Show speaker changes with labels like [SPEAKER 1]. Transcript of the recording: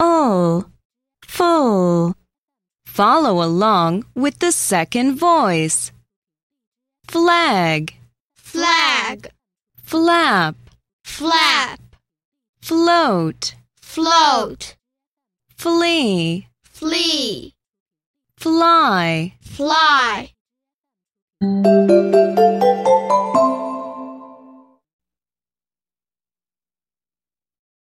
[SPEAKER 1] full, full. Follow along with the second voice. Flag,
[SPEAKER 2] flag,
[SPEAKER 1] flap,
[SPEAKER 2] flap,
[SPEAKER 1] float,
[SPEAKER 2] float,
[SPEAKER 1] flee,
[SPEAKER 2] flee,
[SPEAKER 1] fly.
[SPEAKER 2] fly.